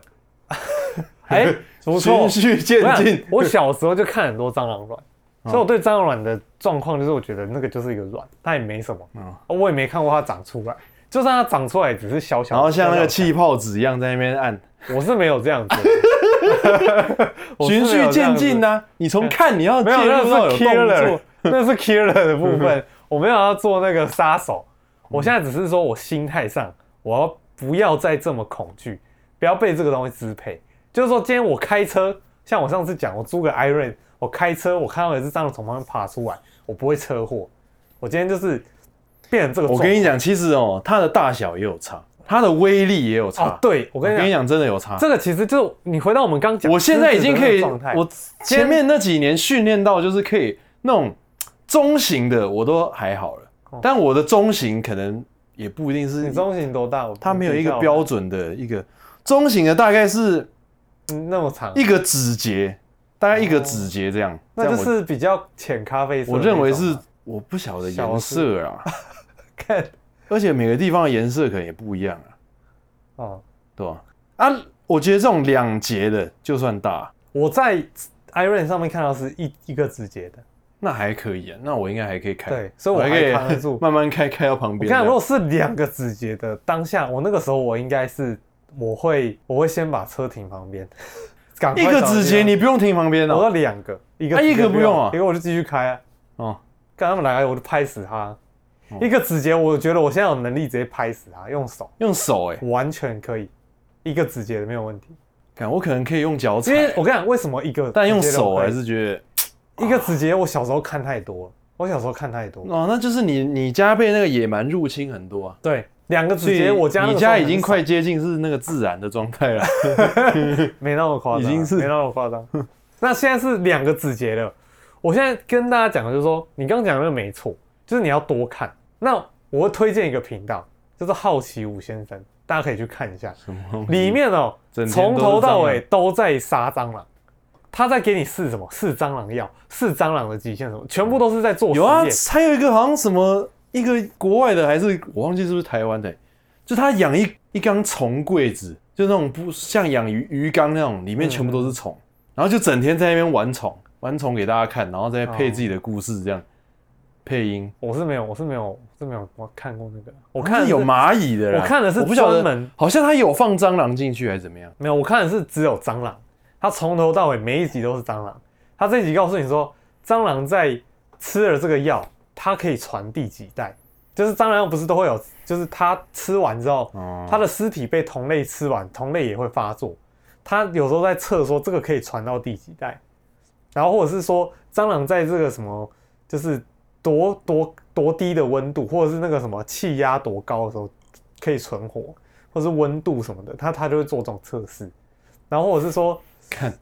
Speaker 4: 哎，不错
Speaker 1: 循，序渐
Speaker 4: 我想
Speaker 1: 进，
Speaker 4: 我小时候就看很多蟑螂 卵，所以我对蟑螂卵的状况就是，我觉得那个就是一个卵，它也没什么，啊
Speaker 1: 嗯
Speaker 4: 我也没看过它长出来，就算它长出来，只是小小的。
Speaker 1: 然后像那个
Speaker 4: 小
Speaker 1: 气泡纸一样在那边按。
Speaker 4: 小的，我是没有这样子 的，我是
Speaker 1: 循
Speaker 4: 没有这
Speaker 1: 序
Speaker 4: 样子
Speaker 1: 渐进呐、你从看你 要
Speaker 4: 没
Speaker 1: 介
Speaker 4: 有，
Speaker 1: 入到
Speaker 4: 那
Speaker 1: 有
Speaker 4: 是
Speaker 1: 动
Speaker 4: killer，
Speaker 1: 作，
Speaker 4: 那是 killer 的部 分，我没有要做那个杀手，
Speaker 1: 嗯
Speaker 4: 我现在只是说我心态上，我要不要再这么恐惧，不要被这个东西支配。就是说，今天我开车，像我上次讲，我租个 i r o n 我开车，我看到有一只蟑螂从旁边爬出来，我不会车祸。我今天就是变成这个状
Speaker 1: 我
Speaker 4: 态。
Speaker 1: 跟你讲，其实哦，它的大小也有差，它的威力也有差。
Speaker 4: 哦，，对，我
Speaker 1: 我
Speaker 4: 跟
Speaker 1: 跟
Speaker 4: 你
Speaker 1: 你
Speaker 4: 讲，
Speaker 1: 讲，真的有差。
Speaker 4: 这个其实就你回到我们刚讲，
Speaker 1: 我现在已经可以，
Speaker 4: 状态，
Speaker 1: 我前面那几年训练到就是可以那种中型的，我都还好了。但我的中型可能也不一定是
Speaker 4: 哦你，中型多大？我
Speaker 1: 它没有一个
Speaker 4: 不知道
Speaker 1: 标准的一个中型的，大概是
Speaker 4: 嗯那么长，
Speaker 1: 一个指节，大概一个指节这样。
Speaker 4: 哦那就
Speaker 1: 这样
Speaker 4: 是比较浅咖啡色
Speaker 1: 我我
Speaker 4: 的那
Speaker 1: 认
Speaker 4: 种啊。
Speaker 1: 为是我不晓得颜色啊，
Speaker 4: 看
Speaker 1: 而且每个地方的颜色可能也不一样啊，
Speaker 4: 哦，
Speaker 1: 对吧？啊，我觉得这种两节的就算大，
Speaker 4: 我在 Iron 上面看到是一一个直接的，
Speaker 1: 那还可以啊，那我应该还可以开。
Speaker 4: 对所以我
Speaker 1: 还
Speaker 4: 还
Speaker 1: 可以
Speaker 4: 扛得住
Speaker 1: 慢慢开，开到旁
Speaker 4: 你
Speaker 1: 边这样。
Speaker 4: 看，如果是两个指节的，当下我那个时候我应该是我会我会先把车停旁边， 赶快
Speaker 1: 一个
Speaker 4: 找地
Speaker 1: 指节
Speaker 4: 方
Speaker 1: 你不用停旁边
Speaker 4: 我
Speaker 1: 哦。
Speaker 4: 要两个，一个
Speaker 1: 啊
Speaker 4: 指节
Speaker 1: 一个不用啊
Speaker 4: 一个我就继续开啊，
Speaker 1: 哦，
Speaker 4: 看他们来我就拍死他，一个指节我觉得我现在有能力直接拍死他，用手
Speaker 1: 用手哎，
Speaker 4: 完全可以，一个指节的没有问题，
Speaker 1: 看我可能可以用脚
Speaker 4: 因为
Speaker 1: 踩，
Speaker 4: 我跟你讲为什么一个
Speaker 1: 但用
Speaker 4: 指节都
Speaker 1: 手欸
Speaker 4: 可以
Speaker 1: 还是觉得
Speaker 4: 一个指节，我小时候看太多了，我小时候看太多了，
Speaker 1: 哦，那就是你你家被那个野蛮入侵很多啊。
Speaker 4: 对，两个
Speaker 1: 所
Speaker 4: 指
Speaker 1: 以
Speaker 4: 节我家那
Speaker 1: 你
Speaker 4: 个时候
Speaker 1: 家已经
Speaker 4: 很少
Speaker 1: 快接近是那个自然的状态了，
Speaker 4: 没那么夸张啊，
Speaker 1: 已经是
Speaker 4: 没那么夸张。那现在是两个指节了。我现在跟大家讲的就是说，你刚刚讲的那个没错，就是你要多看。那我会推荐一个频道，就是好奇五先生，大家可以去看一下。里面哦
Speaker 1: 整，天
Speaker 4: 从
Speaker 1: 都是
Speaker 4: 头到尾
Speaker 1: 蟑
Speaker 4: 都在杀蟑螂，他在给你试什么？试蟑螂药，试蟑螂的极限什么，全部都是在做实
Speaker 1: 有啊
Speaker 4: 验。，
Speaker 1: 还有一个好像什么一个国外的还是我忘记是不是台湾的欸，就他养一一缸虫柜子，就那种不像养鱼鱼缸那种，里面全部都是虫，
Speaker 4: 嗯
Speaker 1: 然后就整天在那边玩虫，玩虫给大家看，然后再配自己的故事这样、配音。
Speaker 4: 我是没有，我是没有，我是没有我看过那个。我
Speaker 1: 我
Speaker 4: 看的
Speaker 1: 哦有
Speaker 4: 是
Speaker 1: 蚂蚁的啦，
Speaker 4: 我看的是
Speaker 1: 我不晓
Speaker 4: 专门
Speaker 1: 得，好像他有放蟑螂进去还是怎么样？
Speaker 4: 没有，我看的是只有蟑螂，它从头到尾每一集都是蟑螂。它这一集告诉你说，蟑螂在吃了这个药，它可以传递几代，就是蟑螂不是都会有，就是它吃完之
Speaker 1: 哦
Speaker 4: 后，它的尸体被同类吃完，同类也会发作。它有时候在测说这个可以传到第几代，然后或者是说蟑螂在这个什么，就是多多多低的温度，或者是那个什么气压多高的时候可以存活，或是温度什么的，它它就会做这种测试。然后或者是说
Speaker 1: 看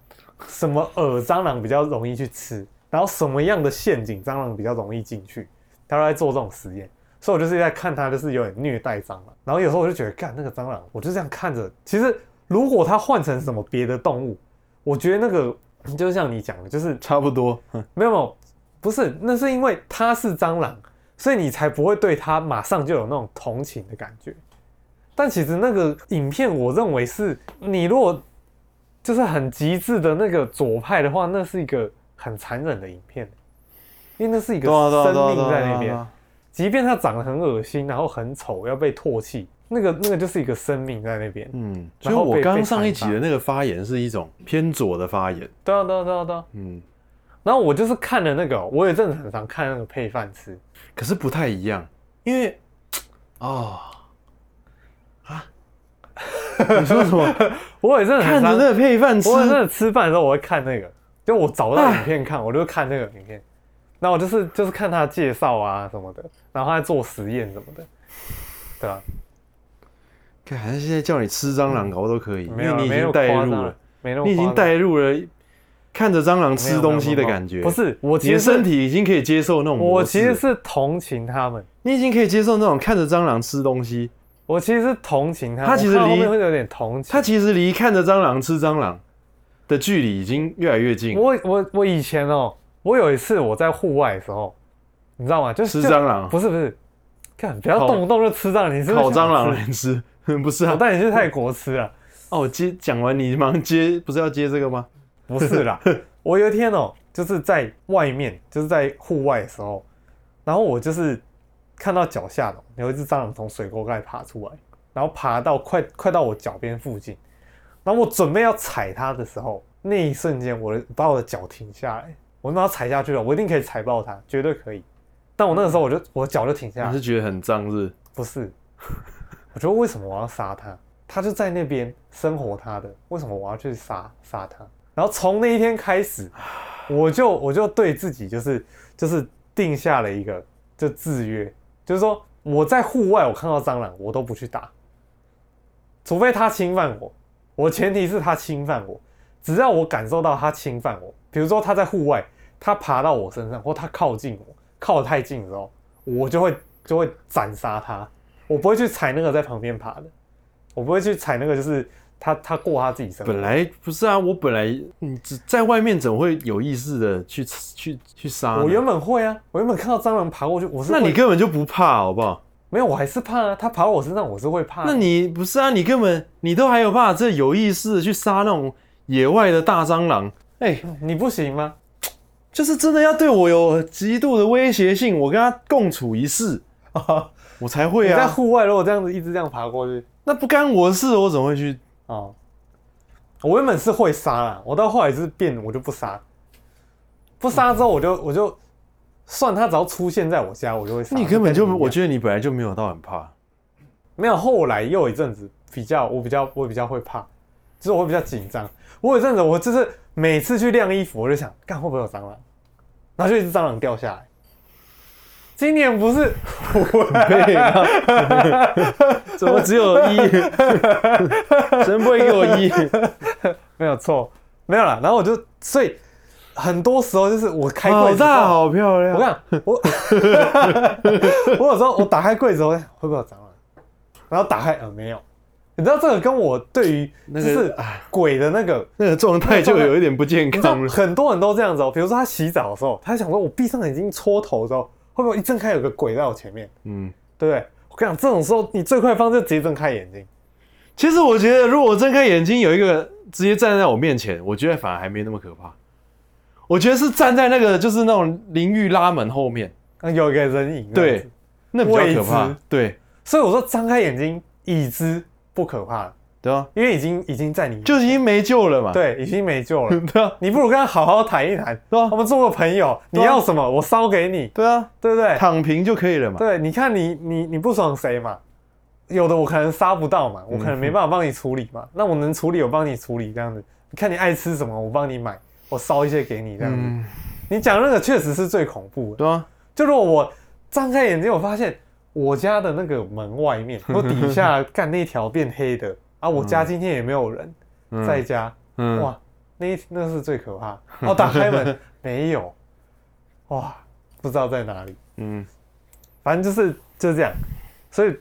Speaker 4: 什么饵蟑螂比较容易去吃，然后什么样的陷阱蟑螂比较容易进去，他都在做这种实验。所以我就是在看他，就是有点虐待蟑螂。然后有时候我就觉得，干那个蟑螂，我就这样看着。其实如果它换成什么别的动物，我觉得那个就像你讲的，就是
Speaker 1: 差不多，哼
Speaker 4: 没有没有，不是，那是因为它是蟑螂，所以你才不会对它马上就有那种同情的感觉。但其实那个影片，我认为是你如果就是很极致的那个左派的话，那是一个很残忍的影片，因为那是一个
Speaker 1: 对啊对啊
Speaker 4: 生
Speaker 1: 对啊对
Speaker 4: 命
Speaker 1: 啊
Speaker 4: 在那
Speaker 1: 对
Speaker 4: 边
Speaker 1: 啊。
Speaker 4: 即便它长得很恶心，然后很丑，要被唾弃，那个那个就是一个生命在那边。
Speaker 1: 嗯，所
Speaker 4: 然
Speaker 1: 以
Speaker 4: 后
Speaker 1: 我
Speaker 4: 被
Speaker 1: 刚
Speaker 4: 被
Speaker 1: 上一集
Speaker 4: 传达
Speaker 1: 的那个发言是一种偏左的发言，
Speaker 4: 对啊，对啊，对啊，对啊。
Speaker 1: 嗯，
Speaker 4: 然后我就是看了那个哦，我有一阵子很常看那个配饭吃，
Speaker 1: 可是不太一样，因为哦 啊，你说什么？
Speaker 4: 我有一阵子很
Speaker 1: 看着
Speaker 4: 常
Speaker 1: 那个配饭吃哎
Speaker 4: 我，真的吃饭的时候，我会看那个，就我找到影片看，我就看那个影片。那我就是就是看他的介绍啊什么的，然后他在做实验什么的，对啊，
Speaker 1: 看好像现在叫你吃蟑螂，搞不好都可以，因
Speaker 4: 没有
Speaker 1: 为
Speaker 4: 啊
Speaker 1: 你已
Speaker 4: 没有
Speaker 1: 经带
Speaker 4: 夸
Speaker 1: 入
Speaker 4: 张
Speaker 1: 了，，
Speaker 4: 没那么
Speaker 1: 你已
Speaker 4: 夸张
Speaker 1: 经带入了看着蟑
Speaker 4: 没
Speaker 1: 螂
Speaker 4: 有
Speaker 1: 吃
Speaker 4: 没有
Speaker 1: 东西
Speaker 4: 没
Speaker 1: 的
Speaker 4: 有
Speaker 1: 感觉，
Speaker 4: 不是我
Speaker 1: 你
Speaker 4: 其
Speaker 1: 的
Speaker 4: 实是
Speaker 1: 身体已经可以接受那种模
Speaker 4: 我
Speaker 1: 式
Speaker 4: 其实
Speaker 1: 了
Speaker 4: 是同情他们，
Speaker 1: 你已经可以接受那种看着蟑螂吃东西，
Speaker 4: 我其实是同情他们，
Speaker 1: 他其实
Speaker 4: 我看到
Speaker 1: 离
Speaker 4: 后面会有点同情
Speaker 1: 它。其实离看着蟑螂吃蟑螂的距离已经越来越近。
Speaker 4: 我我我以前哦，我有一次我在户外的时候，你知道吗？就是就
Speaker 1: 吃蟑螂
Speaker 4: 不是不是，看不要
Speaker 1: 烤
Speaker 4: 动不动就吃蟑螂，你是不是
Speaker 1: 烤
Speaker 4: 想
Speaker 1: 蟑螂
Speaker 4: 吃
Speaker 1: 来吃， 不是
Speaker 4: 我
Speaker 1: 啊？
Speaker 4: 带你去泰国吃啊。
Speaker 1: 哦，我接讲完你忙接，不是要接这个吗？
Speaker 4: 不是啦，我有一天哦、就是在外面，就是在户外的时候，然后我就是看到脚下的有一只蟑螂从水沟盖爬出来，然后爬到快快到我脚边附近，然后我准备要踩它的时候，那一瞬间我的把我的脚停下来，我他妈踩下去了，我一定可以踩爆它，绝对可以。但我那个时候我就我脚就停下来
Speaker 1: 你是，觉得很脏是
Speaker 4: 不是， 我觉得为什么我要杀他？他就在那边生活他的，为什么我要去杀杀他？然后从那一天开始，我就我就对自己就是就是定下了一个就制约，就是说我在户外我看到蟑螂我都不去打，除非它侵犯我，我前提是它侵犯我，只要我感受到它侵犯我，比如说它在户外，它爬到我身上或它靠近我，靠得太近的时候，我就会就会斩杀它，我不会去踩那个在旁边爬的，我不会去踩那个就是它它过它自己身上
Speaker 1: 本。来不是啊，我本来你只在外面怎么会有意识的去去去杀呢？
Speaker 4: 我原本会啊，我原本看到蟑螂爬过去，我是
Speaker 1: 那
Speaker 4: 会
Speaker 1: 你根本就不怕，好不好？
Speaker 4: 没有，我还是怕啊。它爬我身上，我是会怕。
Speaker 1: 那你不是啊？你根本你都还有办法这有意识的去杀那种野外的大蟑螂，哎、
Speaker 4: 你不行吗？
Speaker 1: 就是真的要对我有极度的威胁性，我跟他共处一 室，我才会
Speaker 4: 你在
Speaker 1: 啊。
Speaker 4: 户外如果这样子一直这样爬过去，
Speaker 1: 那不干我的事，我怎么会去？
Speaker 4: 哦，我原本是会杀啦，我到后来是变，我就不杀，不杀之后我就我就算它只要出现在我家，我就会杀。
Speaker 1: 啊你根本
Speaker 4: 跟
Speaker 1: 就
Speaker 4: 你一样
Speaker 1: 我觉得你本来就没有到很怕，
Speaker 4: 没有，后来又有一阵子比较，我比较我比较会怕，就是我会比较紧张。我有一阵子我就是每次去晾衣服，我就想，干会不会有蟑螂？然后就一只蟑螂掉下来。今年不是，
Speaker 1: 怎么只 有 一？神不会给我一？
Speaker 4: 没有错，没有啦。然后我就，所以很多时候就是我开柜
Speaker 1: 哦
Speaker 4: 子
Speaker 1: 好
Speaker 4: 的时
Speaker 1: 大，
Speaker 4: 候，
Speaker 1: 好漂
Speaker 4: 我
Speaker 1: 亮。
Speaker 4: 看我， 我有时候我打开柜子，我会会不会有蟑螂？然后打开，呃，没有。你知道这个跟我对于就
Speaker 1: 那个哎
Speaker 4: 是鬼的那个
Speaker 1: 那个状态就有一点不健
Speaker 4: 你知道
Speaker 1: 康了。
Speaker 4: 很多人都这样子哦、比如说他洗澡的时候，他想说我闭上眼睛搓头的时候，会不会一睁开有个鬼在我前面，
Speaker 1: 嗯，
Speaker 4: 对不对？我跟你讲，这种时候你最快的方式就直接睁开眼睛，
Speaker 1: 其实我觉得，如果我睁开眼睛有一个直接站在我面前，我觉得反而还没那么可怕。我觉得是站在那个就是那种淋浴拉门后面，
Speaker 4: 啊有一个人影。
Speaker 1: 对，，那比较可
Speaker 4: 位
Speaker 1: 怕
Speaker 4: 置。
Speaker 1: 对，
Speaker 4: 所以我说张开眼睛，已知不可怕，
Speaker 1: 对啊，
Speaker 4: 因为已经已经在你
Speaker 1: 就已经没救了嘛。
Speaker 4: 对已经没救了。
Speaker 1: 对啊，
Speaker 4: 你不如跟他好好谈一谈，
Speaker 1: 对啊
Speaker 4: 我们做个朋友，你
Speaker 1: 对啊
Speaker 4: 要什么我烧给你，
Speaker 1: 对啊，
Speaker 4: 对不对？
Speaker 1: 躺平就可以了嘛。
Speaker 4: 对，你看你你你不爽谁嘛？有的我可能杀不到嘛，我可
Speaker 1: 嗯
Speaker 4: 能没办法帮你处理嘛。那我能处理，我帮你处理这样子。你看你爱吃什么，我帮你买，我烧一些给你这样子。
Speaker 1: 嗯，
Speaker 4: 你讲那个确实是最恐怖的。
Speaker 1: 对啊，
Speaker 4: 就如果我张开眼睛，我发现我家的那个门外 面，我底下干那条变黑的啊，我家今天也没有人、在家，
Speaker 1: 嗯
Speaker 4: 哇，那一那是最可 怕。哦，打开门没有，哇，不知道在哪里。
Speaker 1: 嗯，
Speaker 4: 反正就是就是这样，所以，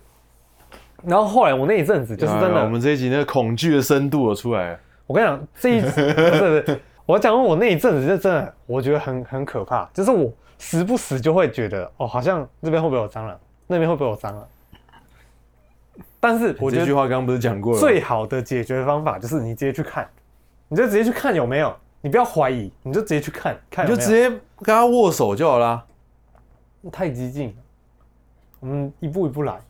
Speaker 4: 然后后来我那一阵子就是真
Speaker 1: 哎呀
Speaker 4: 的，
Speaker 1: 我们这一集那个恐惧的深度有出来了。
Speaker 4: 我跟你讲这一不是不是，我讲我那一阵子就真的我觉得很很可怕，就是我时不时就会觉得哦，好像这边会不会有蟑螂，那边会不会有蟑螂？但是我
Speaker 1: 这
Speaker 4: 觉
Speaker 1: 句
Speaker 4: 得
Speaker 1: 话刚刚不是讲过了吗？
Speaker 4: 最好的解决方法就是你直接去看，你就直接去看有没有，你不要怀疑，你就直接去看，看
Speaker 1: 你
Speaker 4: 有
Speaker 1: 就
Speaker 4: 没有
Speaker 1: 直接跟他握手就好啦。
Speaker 4: 太激进了，我们一步一步来，
Speaker 1: 哦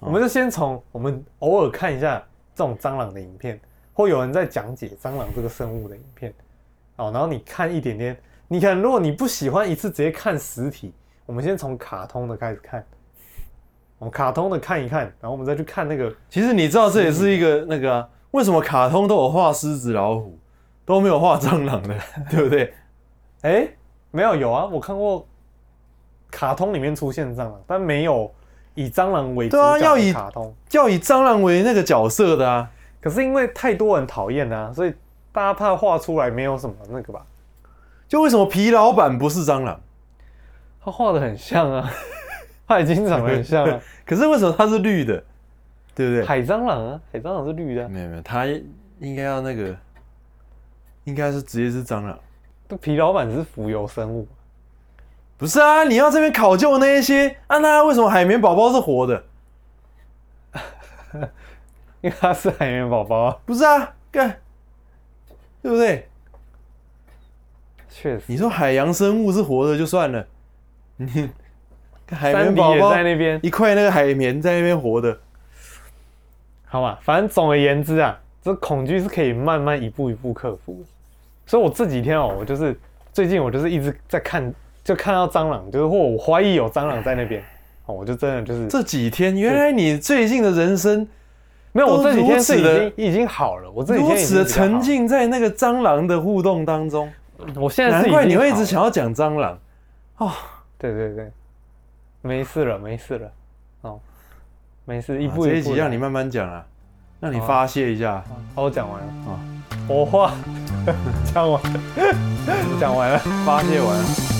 Speaker 4: 我们就先从我们偶尔看一下这种蟑螂的影片，或有人在讲解蟑螂这个生物的影片，哦，然后你看一点点，你看如果你不喜欢一次直接看实体，我们先从卡通的开始看，我们卡通的看一看，然后我们再去看那个，
Speaker 1: 其实你知道这也是一
Speaker 4: 嗯
Speaker 1: 个那个啊、为什么卡通都有画狮子、老虎，都没有画蟑螂的，对不对？
Speaker 4: 哎，没有有啊，我看过卡通里面出现蟑螂，但没有以蟑螂为主
Speaker 1: 对啊
Speaker 4: 角
Speaker 1: 要
Speaker 4: 的
Speaker 1: 以
Speaker 4: 卡通。
Speaker 1: 要以蟑螂为那个角色的啊，
Speaker 4: 可是因为太多人讨厌啊，所以大家怕画出来没有什么那个吧？
Speaker 1: 就为什么皮老板不是蟑螂？
Speaker 4: 他画的很像啊， 他已经长得很像了、啊
Speaker 1: 可是为什么它是绿的？对不对？
Speaker 4: 海蟑螂啊，海蟑螂是绿的啊、
Speaker 1: 没有没有，它应该要那个，应该是直接是蟑螂。
Speaker 4: 这皮老板是浮游生物，
Speaker 1: 不是啊，你要这边考究那一些啊，那为什么海绵宝宝是活的？
Speaker 4: 因为他是海绵宝宝啊，
Speaker 1: 不是啊，干，对不对？
Speaker 4: 确实。
Speaker 1: 你说海洋生物是活的就算了，你海绵
Speaker 4: 三迪
Speaker 1: 宝
Speaker 4: 也
Speaker 1: 宝
Speaker 4: 在那边，
Speaker 1: 一块那个海绵在那边活的，
Speaker 4: 好吧，反正总而言之啊，这恐惧是可以慢慢一步一步克服的。所以我这几天哦，我就是最近我就是一直在看，就看到蟑螂，就是或我怀疑有蟑螂在那边，哦，我就真的就是
Speaker 1: 这几天原来你最近的人生
Speaker 4: 没有，我
Speaker 1: 都
Speaker 4: 这几天
Speaker 1: 如此
Speaker 4: 是已
Speaker 1: 的
Speaker 4: 经已经好了，我这几
Speaker 1: 如
Speaker 4: 天已
Speaker 1: 此
Speaker 4: 经
Speaker 1: 的
Speaker 4: 比较好
Speaker 1: 沉浸在那个蟑螂的互动当中，
Speaker 4: 我现在是
Speaker 1: 难
Speaker 4: 已
Speaker 1: 怪
Speaker 4: 经
Speaker 1: 你会一
Speaker 4: 好
Speaker 1: 直
Speaker 4: 了
Speaker 1: 想要讲蟑螂。啊
Speaker 4: 对对对，没事了，没事了，哦，没事，一
Speaker 1: 啊
Speaker 4: 步
Speaker 1: 这
Speaker 4: 一
Speaker 1: 一集
Speaker 4: 步
Speaker 1: 让
Speaker 4: 来
Speaker 1: 你慢慢讲啊，让你发泄一下。
Speaker 4: 哦，我讲完了
Speaker 1: 哦
Speaker 4: 啊，我话 讲完，讲完了。
Speaker 1: 发泄完了。